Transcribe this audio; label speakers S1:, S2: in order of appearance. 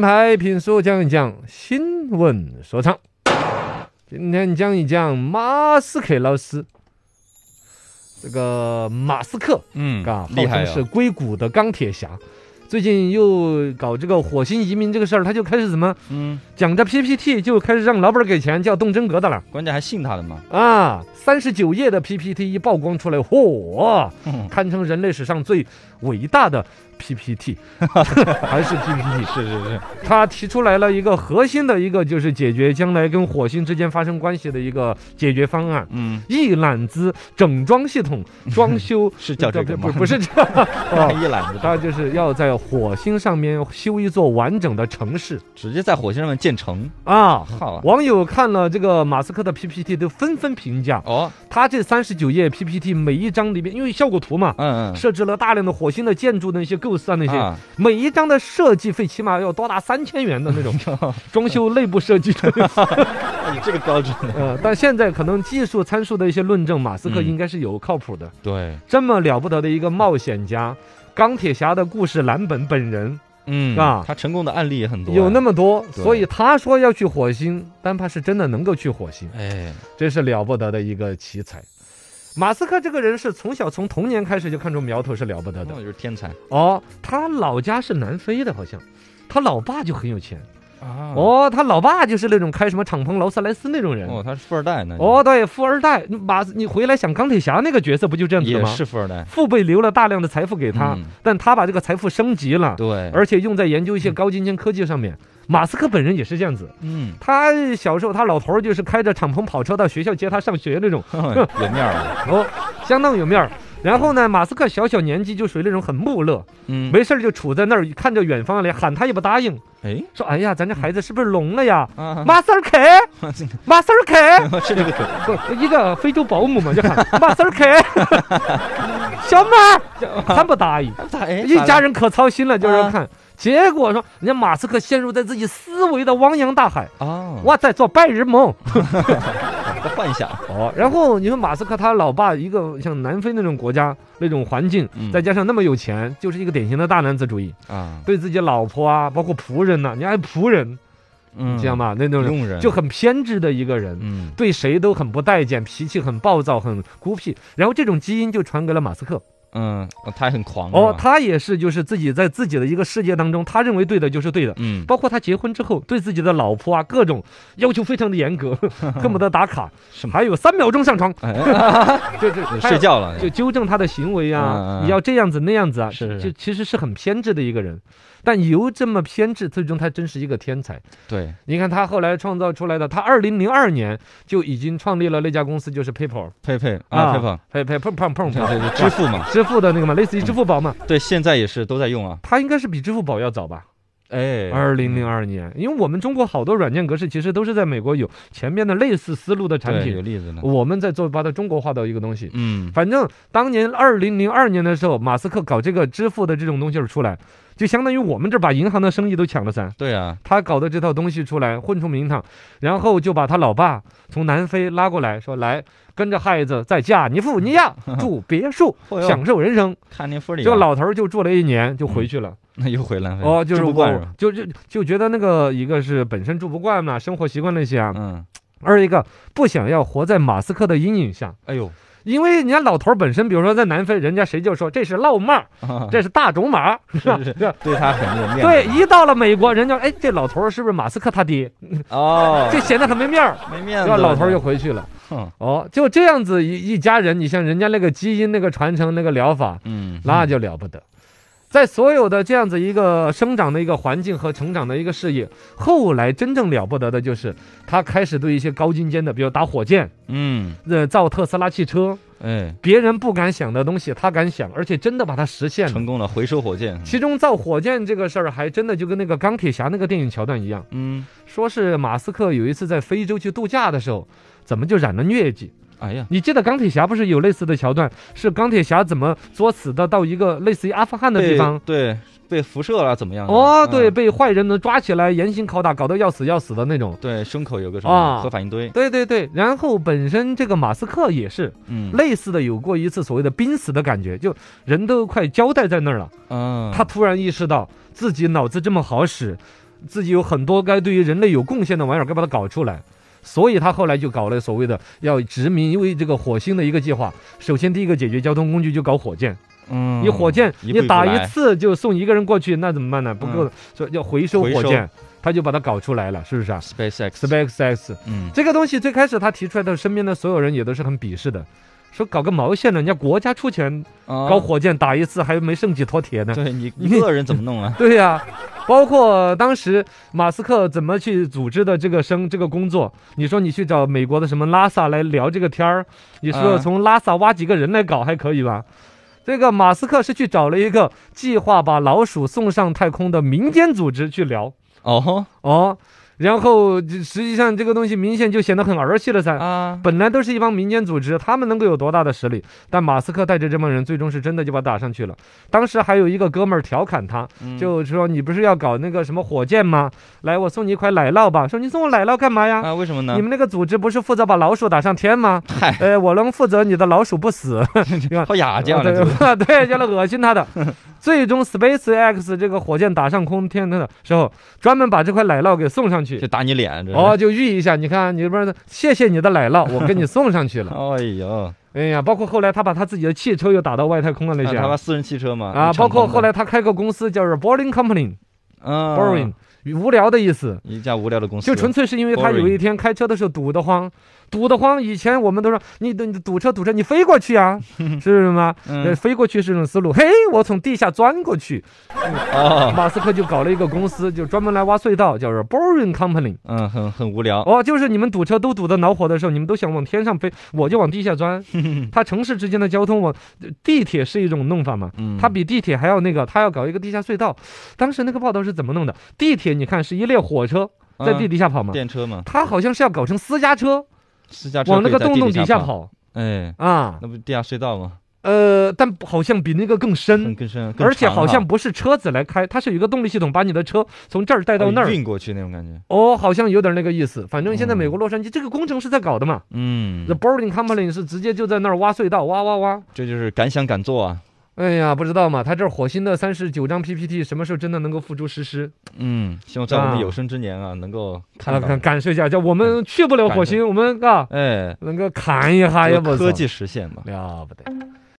S1: 牌品说讲一讲新闻说唱，今天讲一讲马斯克老师。这个马斯克，
S2: 嗯
S1: 啊，
S2: 厉害
S1: 号称是
S2: 啊，
S1: 硅谷的钢铁侠，最近又搞这个火星移民这个事儿，他就开始怎么
S2: 嗯，
S1: 讲着 PPT 就开始让老板儿给钱，叫动真格的了
S2: 关键还信他的嘛，
S1: 啊！三十九页的 PPT 一曝光出来，嚯，
S2: 嗯
S1: 堪称人类史上最伟大的 PPT，还是 PPT。
S2: 是是是，
S1: 他提出来了一个核心的一个就是解决将来跟火星之间发生关系的一个解决方案。
S2: 嗯，
S1: 一揽子整装系统装修
S2: 是叫这个
S1: 不
S2: 吗？
S1: 不是这 样，
S2: 还
S1: 哦
S2: 一揽子，
S1: 它就是要在火星上面修一座完整的城市
S2: 直接在火星上面建成，
S1: 啊。
S2: 好啊，
S1: 网友看了这个马斯克的 PPT 都纷纷评价，
S2: 哦，
S1: 他这三十九页 PPT 每一张里面，因为效果图嘛，
S2: 嗯
S1: 设置了大量的火星的建筑的那些构思啊那
S2: 嗯，
S1: 些，
S2: 啊，
S1: 每一张的设计费起码要多达三千元的 那种装修内部设计的那种。
S2: 你这个标准，
S1: 呃，但现在可能技术参数的一些论证，马斯克
S2: 嗯
S1: 应该是有靠谱的。
S2: 对，
S1: 这么了不得的一个冒险家，钢铁侠的故事蓝本本人
S2: 嗯
S1: 啊
S2: 他成功的案例也很多，
S1: 有那
S2: 么，
S1: 么多，
S2: 对
S1: 所以他说要去火星，但怕是真的能够去火星，
S2: 哎，
S1: 真是了不得的一个奇才。马斯克这个人是从小从童年开始就看出苗头是了不得
S2: 那
S1: 的
S2: 就是天才
S1: 哦，他老家是南非的，好像。他老爸就很有钱
S2: 啊，
S1: 哦，他老爸就是那种开什么敞篷劳斯莱斯那种人
S2: 哦，他是富二代呢，
S1: 哦，对，富二代。马斯，你回来想钢铁侠那个角色不就这样子的
S2: 也
S1: 吗？啊
S2: 是富二代，
S1: 父辈留了大量的财富给他，
S2: 嗯
S1: 但他把这个财富升级了，
S2: 对，
S1: 而且用在研究一些高精尖科技上面。马斯克本人也是这样子，
S2: 嗯，
S1: 他小时候他老头儿就是开着敞篷跑车到学校接他上学那种，
S2: 有面儿了，
S1: 哦，相当有面儿。然后呢，马斯克小小年纪就属于那种很木讷，
S2: 嗯，
S1: 没事儿就杵在那儿看着远方来，啊喊他也不答应，
S2: 哎
S1: 说：“哎呀，咱这孩子是不是聋了呀？”
S2: 啊，
S1: 马斯尔克，马斯尔克，
S2: 是这个梗，
S1: 不一个非洲保姆嘛，就喊马斯尔克， 小马，他不答应。
S2: 哎
S1: 一家人可操心了，就是
S2: 啊
S1: 看。结果说，人家马斯克陷入在自己思维的汪洋大海，
S2: 啊，
S1: 哇在做白日梦。
S2: 的幻想，
S1: 哦，然后你说马斯克他老爸一个像南非那种国家那种环境，
S2: 嗯
S1: 再加上那么有钱，就是一个典型的大男子主义，
S2: 啊，
S1: 对自己老婆啊，包括仆人呐、你还仆人，
S2: 嗯，
S1: 知道？吗？那种人
S2: 佣人
S1: 就很偏执的一个人。
S2: 嗯，
S1: 对谁都很不待见，脾气很暴躁，很孤僻。然后这种基因就传给了马斯克。
S2: 嗯，哦他也很狂是
S1: 哦
S2: 吧，
S1: 他也是，就是自己在自己的一个世界当中，他认为对的就是对的。
S2: 嗯，
S1: 包括他结婚之后，对自己的老婆啊各种要求非常的严 格，恨不得打卡，
S2: 是吗？
S1: 还有三秒钟上床，
S2: 哎啊
S1: 就就
S2: 睡，觉了
S1: 还有，就纠正他的行为啊，
S2: 嗯嗯嗯
S1: 你要这样子那样子啊，
S2: 是
S1: 就
S2: 是
S1: 其实是很偏执的一个人。但由这么偏执，最终他真是一个天才。
S2: 对，
S1: 你看他后来创造出来的，他二零零二年就已经创立了那家公司，就是 PayPal
S2: 佩佩啊，佩佩，
S1: 佩佩碰碰碰
S2: 对
S1: 碰，
S2: 对对，支嗯 付嘛，
S1: 支付的那个嘛，类似于支付宝嘛，
S2: 对，现在也是都在用啊，
S1: 他应该是比支付宝要早吧。
S2: 哎，
S1: 二零零二
S2: 嗯
S1: 年，因为我们中国好多软件格式其实都是在美国有前面的类似思路的产
S2: 对有
S1: 品，
S2: 例子呢，
S1: 我们在做把它中国化的一个东西。
S2: 嗯，
S1: 反正当年二零零二年的时候，马斯克搞这个支付的这种东西儿出来，就相当于我们这儿把银行的生意都抢了噻。
S2: 对啊，
S1: 他搞的这套东西出来，混出名堂，然后就把他老爸从南非拉过来，说来跟着孩子在加尼福尼 亚住别墅，
S2: 嚯哟
S1: 享受人生。
S2: 看那福里啊，
S1: 这个老头儿就住了一年，就回去了。
S2: 那 又回南非
S1: 哦，就是
S2: 嗯住
S1: 我
S2: 不惯是吧？
S1: 就就就觉得那个一个是本身住不惯嘛，生活习惯那些啊；
S2: 嗯，
S1: 二一个不想要活在马斯克的阴影下，
S2: 哎呦，
S1: 因为人家老头儿本身，比如说在南非，人家谁就说这是老马，
S2: 啊
S1: 这是大种马，
S2: 是是， 对他很有面子，
S1: 对，一到了美国，人家哎这老头儿是不是马斯克他爹，
S2: 哦，
S1: 就显得很没面 儿，
S2: 没面
S1: 然
S2: 子，
S1: 后老头儿就回去了。
S2: 哼，
S1: 哦，就这样子一一家人，你像人家那个基因、那个传承、那个疗法，
S2: 嗯，
S1: 那就了不得。在所有的这样子一个生长的一个环境和成长的一个事业，后来真正了不得的就是他开始对一些高精尖的，比如打火箭、
S2: 嗯，
S1: 呃造特斯拉汽车，
S2: 哎，
S1: 别人不敢想的东西他敢想，而且真的把它实现了
S2: 成。功了，回收火箭，
S1: 其中造火箭这个事儿，还真的就跟那个钢铁侠那个电影桥段一样，
S2: 嗯，
S1: 说是马斯克有一次在非洲去度假的时候，怎么就染了疟疾？
S2: 哎呀，
S1: 你记得钢铁侠不是有类似的桥段，是钢铁侠怎么作死的到一个类似于阿富汗的地
S2: 被
S1: 方，
S2: 对被辐射了怎么样的？
S1: 哦，
S2: 嗯
S1: 对，被坏人能抓起来严刑拷打，搞得要死要死的那种。
S2: 对，胸口有个什么
S1: 啊
S2: 核反应堆，
S1: 对对对，然后本身这个马斯克也是
S2: 嗯，
S1: 类似的，有过一次所谓的濒死的感觉，就人都快交代在那儿了，
S2: 嗯，
S1: 他突然意识到自己脑子这么好使。自己有很多该对于人类有贡献的玩意儿，该把它搞出来。所以他后来就搞了所谓的要殖民，因为这个火星的一个计划。首先第一个解决交通工具就搞火箭，
S2: 嗯
S1: 你火箭
S2: 一
S1: 你
S2: 步
S1: 打
S2: 步
S1: 一
S2: 来
S1: 次就送一个人过去，那怎么办呢？不够
S2: 嗯，
S1: 所以要回收
S2: 回
S1: 火
S2: 收嗯
S1: 箭，他就把它搞出来了，是不是啊
S2: SpaceX，
S1: ？SpaceX
S2: 嗯，
S1: 这个东西最开始他提出来的，身边的所有人也都是很鄙视的，说搞个毛线呢？人家国家出钱搞
S2: 高
S1: 火箭打一次，还没剩几坨铁呢。
S2: 哦对你
S1: 你
S2: 一个人怎么弄啊？
S1: 对呀、包括当时马斯克怎么去组织的这个生这个工作，你说你去找美国的什么拉萨来聊这个天儿，你说
S2: 嗯
S1: 从拉萨挖几个人来搞还可以吧？这个马斯克是去找了一个计划把老鼠送上太空的民间组织去聊
S2: 哦
S1: 哦，然后这实际上这个东西明显就显得很儿戏了噻。
S2: 啊，
S1: 本来都是一帮民间组织，他们能够有多大的实力？但马斯克带着这帮人，最终是真的就把他打上去了。当时还有一个哥们儿调侃他，
S2: 嗯
S1: 就说你不是要搞那个什么火箭吗？来，我送你一块奶酪吧。说你送我奶酪干嘛呀？
S2: 啊，为什么呢
S1: 你？们那个组织不是负责把老鼠打上天吗？
S2: 嗨，
S1: 呃，我能负责你的老鼠不死，
S2: 好雅这样的就
S1: 啊对 对，就来恶心他的。最终 SpaceX 这个火箭打上空天的时候，专门把这块奶酪给送上去
S2: 就，打你脸，这是
S1: 哦，，就寓意一下，你看，你不是谢谢你的奶酪，我给你送上去 了。
S2: 哎呦，
S1: 哎呀，包括后来他把他自己的汽车又打到外太空了那
S2: 那
S1: 些
S2: 他
S1: 啊
S2: 妈私人汽车嘛
S1: 啊，包括后来他开个公司叫做 Boring Company，Boring、
S2: 嗯
S1: Boring，无聊的意思。
S2: 一家无聊的公司，
S1: 就纯粹是因为他有一天开车的时候堵得慌，堵得慌。以前我们都说你你堵车堵车，你飞过去 啊，是不是吗？呃，
S2: 嗯
S1: 飞过去是一种思路。嘿，我从地下钻过去。
S2: 哦，
S1: 马斯克就搞了一个公司，就专门来挖隧道，叫做 Boring Company。
S2: 嗯，很很无聊，
S1: 哦，就是你们堵车都堵得恼火的时候，你们都想往天上飞，我就往地下 钻。它城市之间的交通往地铁是一种弄法嘛，
S2: 嗯，
S1: 它比地铁还要那个，它要搞一个地下隧道。当时那个报道是怎么弄的？地铁你看是一列火车在地
S2: 嗯
S1: 底下跑嘛，
S2: 电车嘛，
S1: 它好像是要搞成私家车
S2: 私家车
S1: 往那个
S2: 可以在
S1: 洞洞
S2: 地
S1: 底下，
S2: 下
S1: 跑
S2: 哎，
S1: 啊，
S2: 那不地下隧道吗？
S1: 呃，但好像比那个更
S2: 更
S1: 深。
S2: 更深，更
S1: 而且
S2: 长啊
S1: 好
S2: 哈
S1: 像不是车子来开，它是有一个动力系统，把你的车从这儿带到
S2: 哦
S1: 那儿。
S2: 运过去那种感觉，
S1: 哦，好像有点那个意思。反正现在美
S2: 嗯
S1: 国洛杉矶这个工程是在搞的嘛，
S2: 嗯
S1: The，Boring Company 是直接就在那儿挖隧道，挖挖挖。
S2: 这就是敢想敢做啊，
S1: 哎呀，不知道嘛，他这火星的三十九张 PPT 什么时候真的能够付诸实施？
S2: 嗯，希望在我
S1: 啊
S2: 们有生之年啊，能够
S1: 看
S2: 看到
S1: 看，感受一下，叫我们去不了火星，我们啊
S2: 哎，
S1: 能够砍一下
S2: 这
S1: 也
S2: 个
S1: 不错
S2: 科技实现吧。
S1: 了不得。